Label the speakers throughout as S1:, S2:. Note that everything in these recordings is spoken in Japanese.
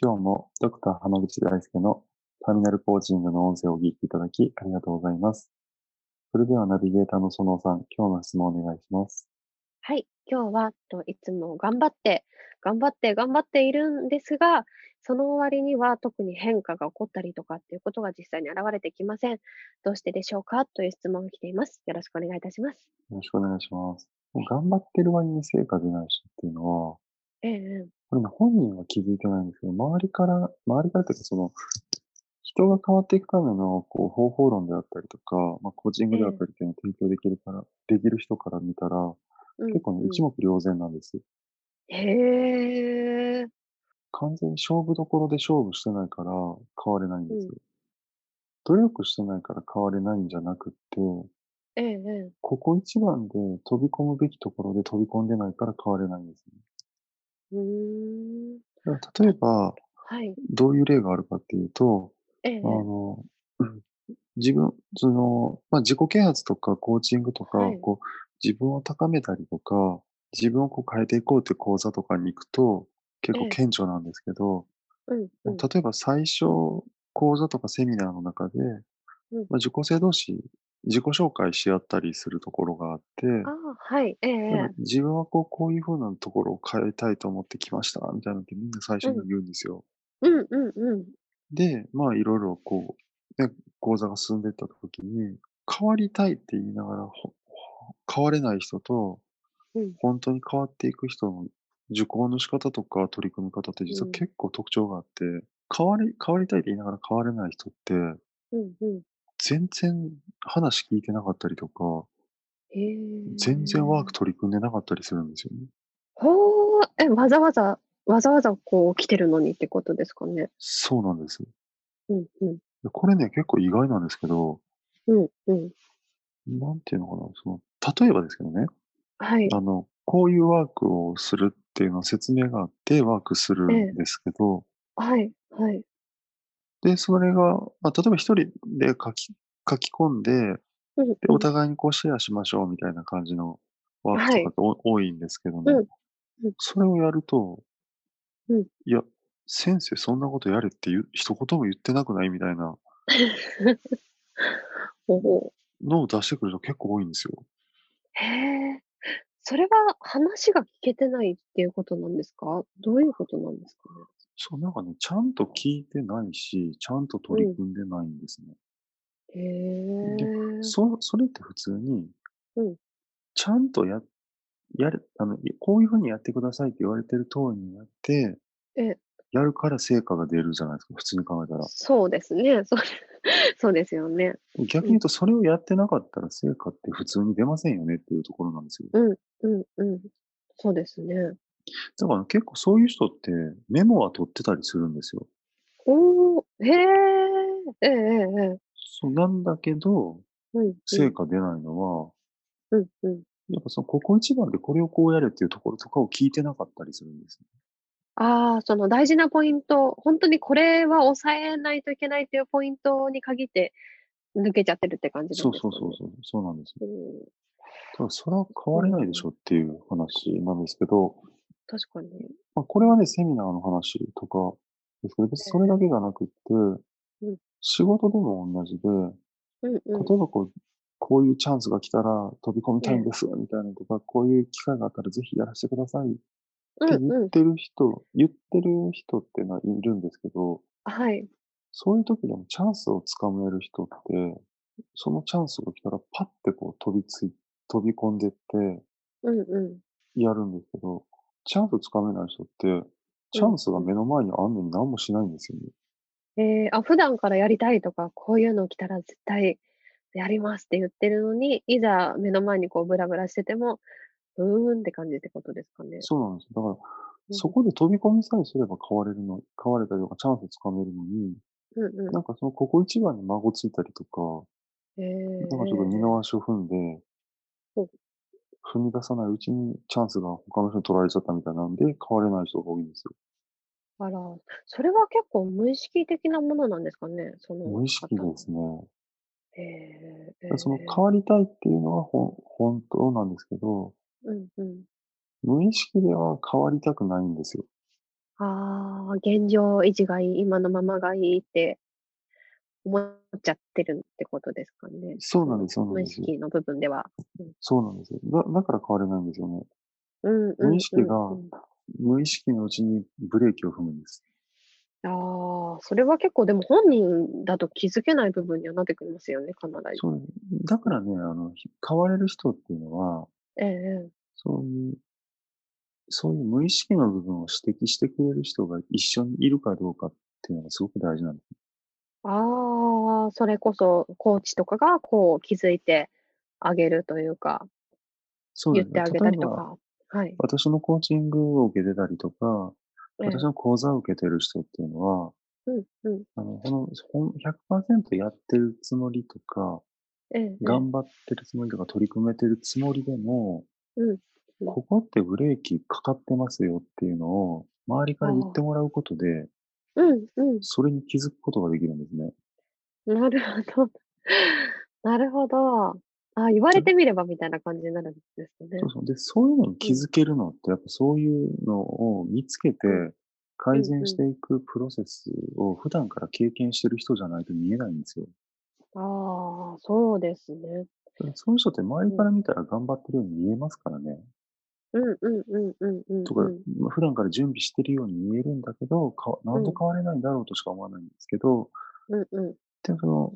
S1: 今日もドクター浜口大輔のターミナルコーチングの音声をお聞きいただきありがとうございます。それではナビゲーターの園さん、今日の質問をお願いします。
S2: はい、今日はといつも頑張って、頑張って、頑張っているんですが、その割には特に変化が起こったりとかっていうことが実際に現れてきません。どうしてでしょうかという質問が来ています。よろしくお願いいたします。
S1: よろしくお願いします。もう頑張ってる割に成果出ないしっていうのは、
S2: えええ
S1: これね本人は気づいてないんですけど、周りから、周りからというかその、人が変わっていくためのこう方法論であったりとか、まあ、コーチングであったりっていうのを提供できるから、できる人から見たら、
S2: えうん
S1: 結構ね、
S2: うん
S1: 一目瞭然なんです。
S2: へえ。
S1: 完全に勝負どころで勝負してないから変われないんですよ。努力してないから変われないんじゃなくって、
S2: ええええ
S1: ここ一番で飛び込むべきところで飛び込んでないから変われないんですね。
S2: うーん。
S1: だから例えば、
S2: はい。
S1: どういう例があるかっていうと、
S2: ええええ
S1: あの、うん自分、その、まあ、自己啓発とかコーチングとか、
S2: はい
S1: こう、自分を高めたりとか、自分をこう変えていこうって講座とかに行くと、結
S2: え
S1: 構
S2: え
S1: 顕著なんですけど、
S2: うんうん。
S1: 例えば最初、講座とかセミナーの中で、
S2: うん
S1: まあ、受講生同士、自己紹介し合ったりするところがあって、
S2: ああ、はい。えええ
S1: なんか自分はこうこういうふうなところを変えたいと思ってきました、みたいなのってみんな最初に言うんですよ。
S2: えうんうんうん。
S1: で、まあいろいろこう、ね、講座が進んでいった時に、変わりたいって言いながら、ほほ変われない人と
S2: うん、
S1: 本当に変わっていく人の受講の仕方とか取り組み方って実
S2: う
S1: は
S2: ん
S1: 結構特徴があって、変わり、変わりたいって言いながら変われない人って、
S2: うんうん。
S1: 全然話聞いてなかったりとか、
S2: へえ。
S1: 全然ワーク取り組んでなかったりするんですよね。
S2: ほう、え、わざわざ、わざわざこう来てるのにってことですかね。
S1: そうなんです。
S2: うんうん。
S1: でこれね、結構意外なんですけど、
S2: うんうん。
S1: なんていうのかな、その、例えばですけどね、
S2: はい。
S1: あの、こういうワークをするっていうのは説明があってワークする
S2: ええ
S1: んですけど、
S2: はい。はい。
S1: で、それが、まあ、例えば一人で書き、書き込んで、
S2: うん
S1: で、お互いにこうシェアしましょうみたいな感じのワークとかってお、多いんですけどね、
S2: うんうん
S1: それをやると、
S2: うん
S1: いや、先生そんなことやれっていう一言も言ってなくないみたいな
S2: おお。
S1: のを出してくる人結構多いんですよ。
S2: へえ。それは話が聞けてないっていうことなんですかどういうことなんですかね
S1: そう、なんかね、ちゃんと聞いてないし、ちゃんと取り組んでないんですね。
S2: へえ。
S1: そそれって普通に、
S2: うん
S1: ちゃんとや、やれ、あの、いこういうふうにやってくださいって言われてる通りにやって、
S2: え
S1: やるから成果が出るじゃないですか、普通に考えたら。
S2: そうですね。 そうそうですよね。
S1: 逆に言うと、それをやってなかったら成果って普通に出ませんよねっていうところなんですよ。
S2: うんうん。そうですね。
S1: だから結構そういう人ってメモは取ってたりするんですよ。
S2: おお。へえ。ええええええ。
S1: そうなんだけど、
S2: うんうん。
S1: 成果出ないのは、
S2: うんうん。
S1: やっぱそのここ一番でこれをこうやれっていうところとかを聞いてなかったりするんですよ。
S2: ああ、その大事なポイント、本当にこれは抑えないといけないというポイントに限って抜けちゃってるって感じな
S1: そう
S2: んです
S1: そ
S2: か
S1: うそうそう、そうなんですよ。
S2: ね。うん、
S1: ただ、それは変われないでしょっていう話なんですけど、
S2: 確かに。
S1: まあ、これはね、セミナーの話とかですけど、別にそれだけがなくって、
S2: ん
S1: 仕事でも同じで、
S2: うんうん。
S1: 例えばこう、こういうチャンスが来たら飛び込みたいんです、みたいなのとか、こういう機会があったらぜひやらせてくださいって
S2: うん
S1: 言
S2: うん
S1: っ。てる人、言ってる人っていうのはいるんですけど、
S2: はい。
S1: そういう時でもチャンスをつかめる人って、そのチャンスが来たらパッてこう飛びつい、飛び込んでって、
S2: うんう
S1: やるんですけど、チャンスつかめない人って、チャンスが目の前にあんのに何もしないんですよね。
S2: ん。えー、あ、普段からやりたいとか、こういうの来たら絶対やりますって言ってるのに、いざ目の前にこうブラブラしてても、うーんって感じってことですかね。
S1: そうなんですよ。だから、そこで飛び込みさえすれば買われるの、買われたりとかチャンスつかめるのに、
S2: うんうん
S1: なんかそのここ一番に孫ついたりとか、
S2: えー
S1: なんかちょっと二の足を踏んで
S2: ほう、
S1: 踏み出さないうちにチャンスが他の人に取られちゃったみたいなんで、買われない人が多いんですよ。
S2: あら、それは結構無意識的なものなんですかね、その
S1: 無意識ですね。
S2: 方。えー、え
S1: でその
S2: ー
S1: 変わりたいっていうのはほん本当なんですけど、
S2: うんうん。
S1: 無意識では変わりたくないんですよ。
S2: ああ、現状維持がいい、今のままがいいって思っちゃってるってことですかね。
S1: そうなんです、そうなん
S2: 無意
S1: です。
S2: 識の部分では。
S1: そうなんですよ。だだから変われないんですよね。
S2: うんうんうん、
S1: 無意識が
S2: うん
S1: 無意識のうちにブレーキを踏むんです。
S2: ああ、それは結構、でも本人だと気づけない部分にはなってきますよね、必ず。
S1: そうだからね、あの、ひ変われる人っていうのは、
S2: ええ
S1: そういう、そういう無意識の部分を指摘してくれる人が一緒にいるかどうかっていうのがすごく大事なんです。
S2: ああ、それこそ、コーチとかがこう気づいてあげるというか、
S1: そう
S2: 言
S1: で
S2: っ
S1: す
S2: て
S1: ね例
S2: あ。げた
S1: え
S2: りと
S1: ば、
S2: か。はい。
S1: 私のコーチングを受けてたりとか、
S2: ええ
S1: 私の講座を受けてる人っていうのは、
S2: うんうん。
S1: あの、この、ほん100%やってるつもりとか、
S2: ええええ
S1: 頑張ってるつもりとか取り組めてるつもりでも、
S2: うんうん
S1: ここってブレーキかかってますよっていうのを、周りから言ってもらうことで、
S2: うんうん。
S1: それに気づくことができるんですね。
S2: なるほど。 なるほど。あ、言われてみればみたいな感じになるんですかね
S1: そう。そう。で、そういうのに気づけるのって、やっぱそういうのを見つけて
S2: うん、
S1: 改善していくプロセスを普段から経験してる人じゃないと見えないんですよ。
S2: ああ、そうですね。
S1: だからそういう人って周りから見たら頑張ってるように見えますからね。
S2: うんうんうんうんうん
S1: とか
S2: うん。、
S1: 普段から準備してるように見えるんだけど、かなんで変われないんだろうとしか思わないんですけど、
S2: うんうん
S1: でもその、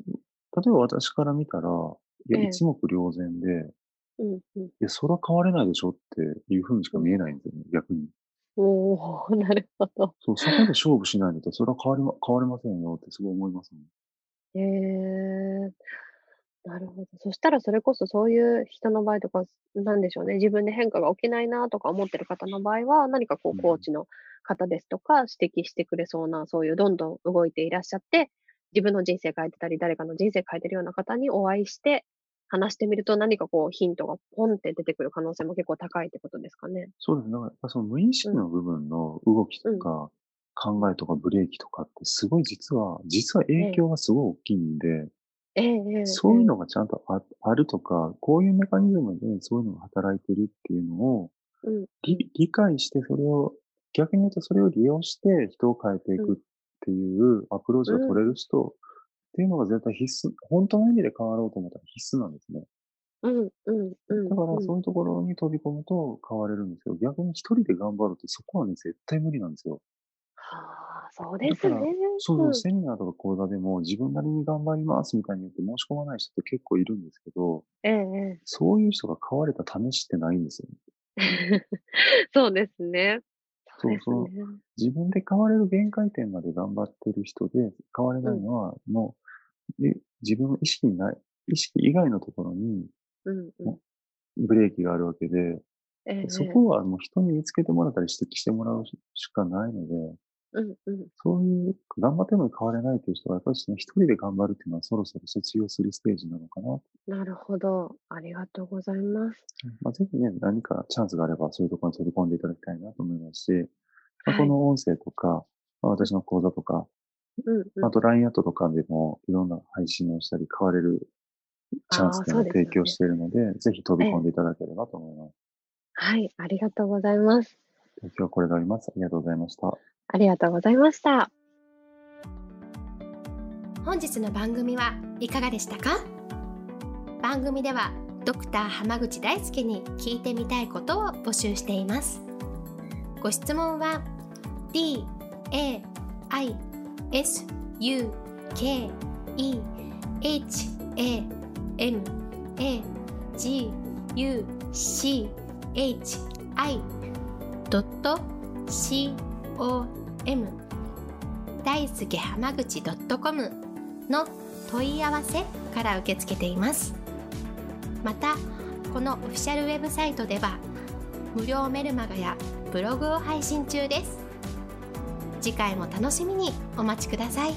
S1: 例えば私から見たら、い
S2: ええ
S1: や、一目瞭然で、
S2: うんうん。
S1: いや、それは変われないでしょっていうふうにしか見えないんですよね、逆に。
S2: お お、なるほど。
S1: そう、そこで勝負しないのと、それは変わりま、変われませんよってすごい思いますね。
S2: へえ、なるほど。そしたらそれこそそういう人の場合とか、なんでしょうね。自分で変化が起きないなとか思ってる方の場合は、何かこ
S1: う
S2: う、
S1: ん
S2: コーチの方ですとか、指摘してくれそうな、そういうどんどん動いていらっしゃって、自分の人生変えてたり、誰かの人生変えてるような方にお会いして、話してみると何かこう、ヒントがポンって出てくる可能性も結構高いってことですかね。
S1: そうですね。だからやっぱその無意識の部分の動きとか、考えとかブレーキとかってすごい実は、実は影響がすごい大きいんで、
S2: ええ、ええ、
S1: そういうのがちゃんとああるとか、こういうメカニズムでそういうのが働いてるっていうのを
S2: うん
S1: 理理解して、それを、逆に言うとそれを利用して人を変えていくっていうアプローチが取れる人っていうのが絶対必須、本当の意味で変わろうと思ったら必須なんですね。
S2: うん、うん、うん、
S1: だから
S2: うん
S1: そういうところに飛び込むと変われるんですけど、逆に一人で頑張るってそこはね、絶対無理なんですよ。
S2: はあ、そうです
S1: だから
S2: ね。
S1: そう
S2: う
S1: そ
S2: ん
S1: う、セミナーとか講座でも自分なりに頑張りますみたいに言って申し込まない人って結構いるんですけど、
S2: ええ、ええ。
S1: そういう人が買われた試しってないんですよね。
S2: そうですね。そうです
S1: そう
S2: ね。
S1: 自分で買われる限界点まで頑張ってる人で、買われないのは、もう、え自分の意識にない、意識以外のところに
S2: うんうん。
S1: ブレーキがあるわけで、
S2: ええ
S1: そこはもう人に見つけてもらったり指摘してもらうしかないので、
S2: うんうん。
S1: そういう、頑張っても変われないという人は、やっぱりその一人で頑張るっていうのはそろそろ卒業するステージなのかな。
S2: なるほど。ありがとうございます。
S1: まあ、ぜひね、何かチャンスがあれば、そういうところに取り込んでいただきたいなと思いますし、まあ、
S2: はい
S1: この音声とか、まあ私の講座とか、
S2: うんうん。
S1: あと LINE アットとかでもいろんな配信をしたり、変われるチャンスっていうのを
S2: あーそうですよ
S1: 提
S2: ね
S1: 供しているので、ぜひ飛び込んでいただければと思います。
S2: はい。ありがとうございます。
S1: 今日はこれであります。ありがとうございました。
S2: ありがとうございました。
S3: 本日の番組はいかがでしたか番組ではドクター濱口大輔に聞いてみたいことを募集していますご質問は d a i s u k e h a m a g u c h i c o m 大輔濱口 .com の問い合わせから受け付けていますまたこのオフィシャルウェブサイトでは無料メルマガやブログを配信中です次回も楽しみにお待ちください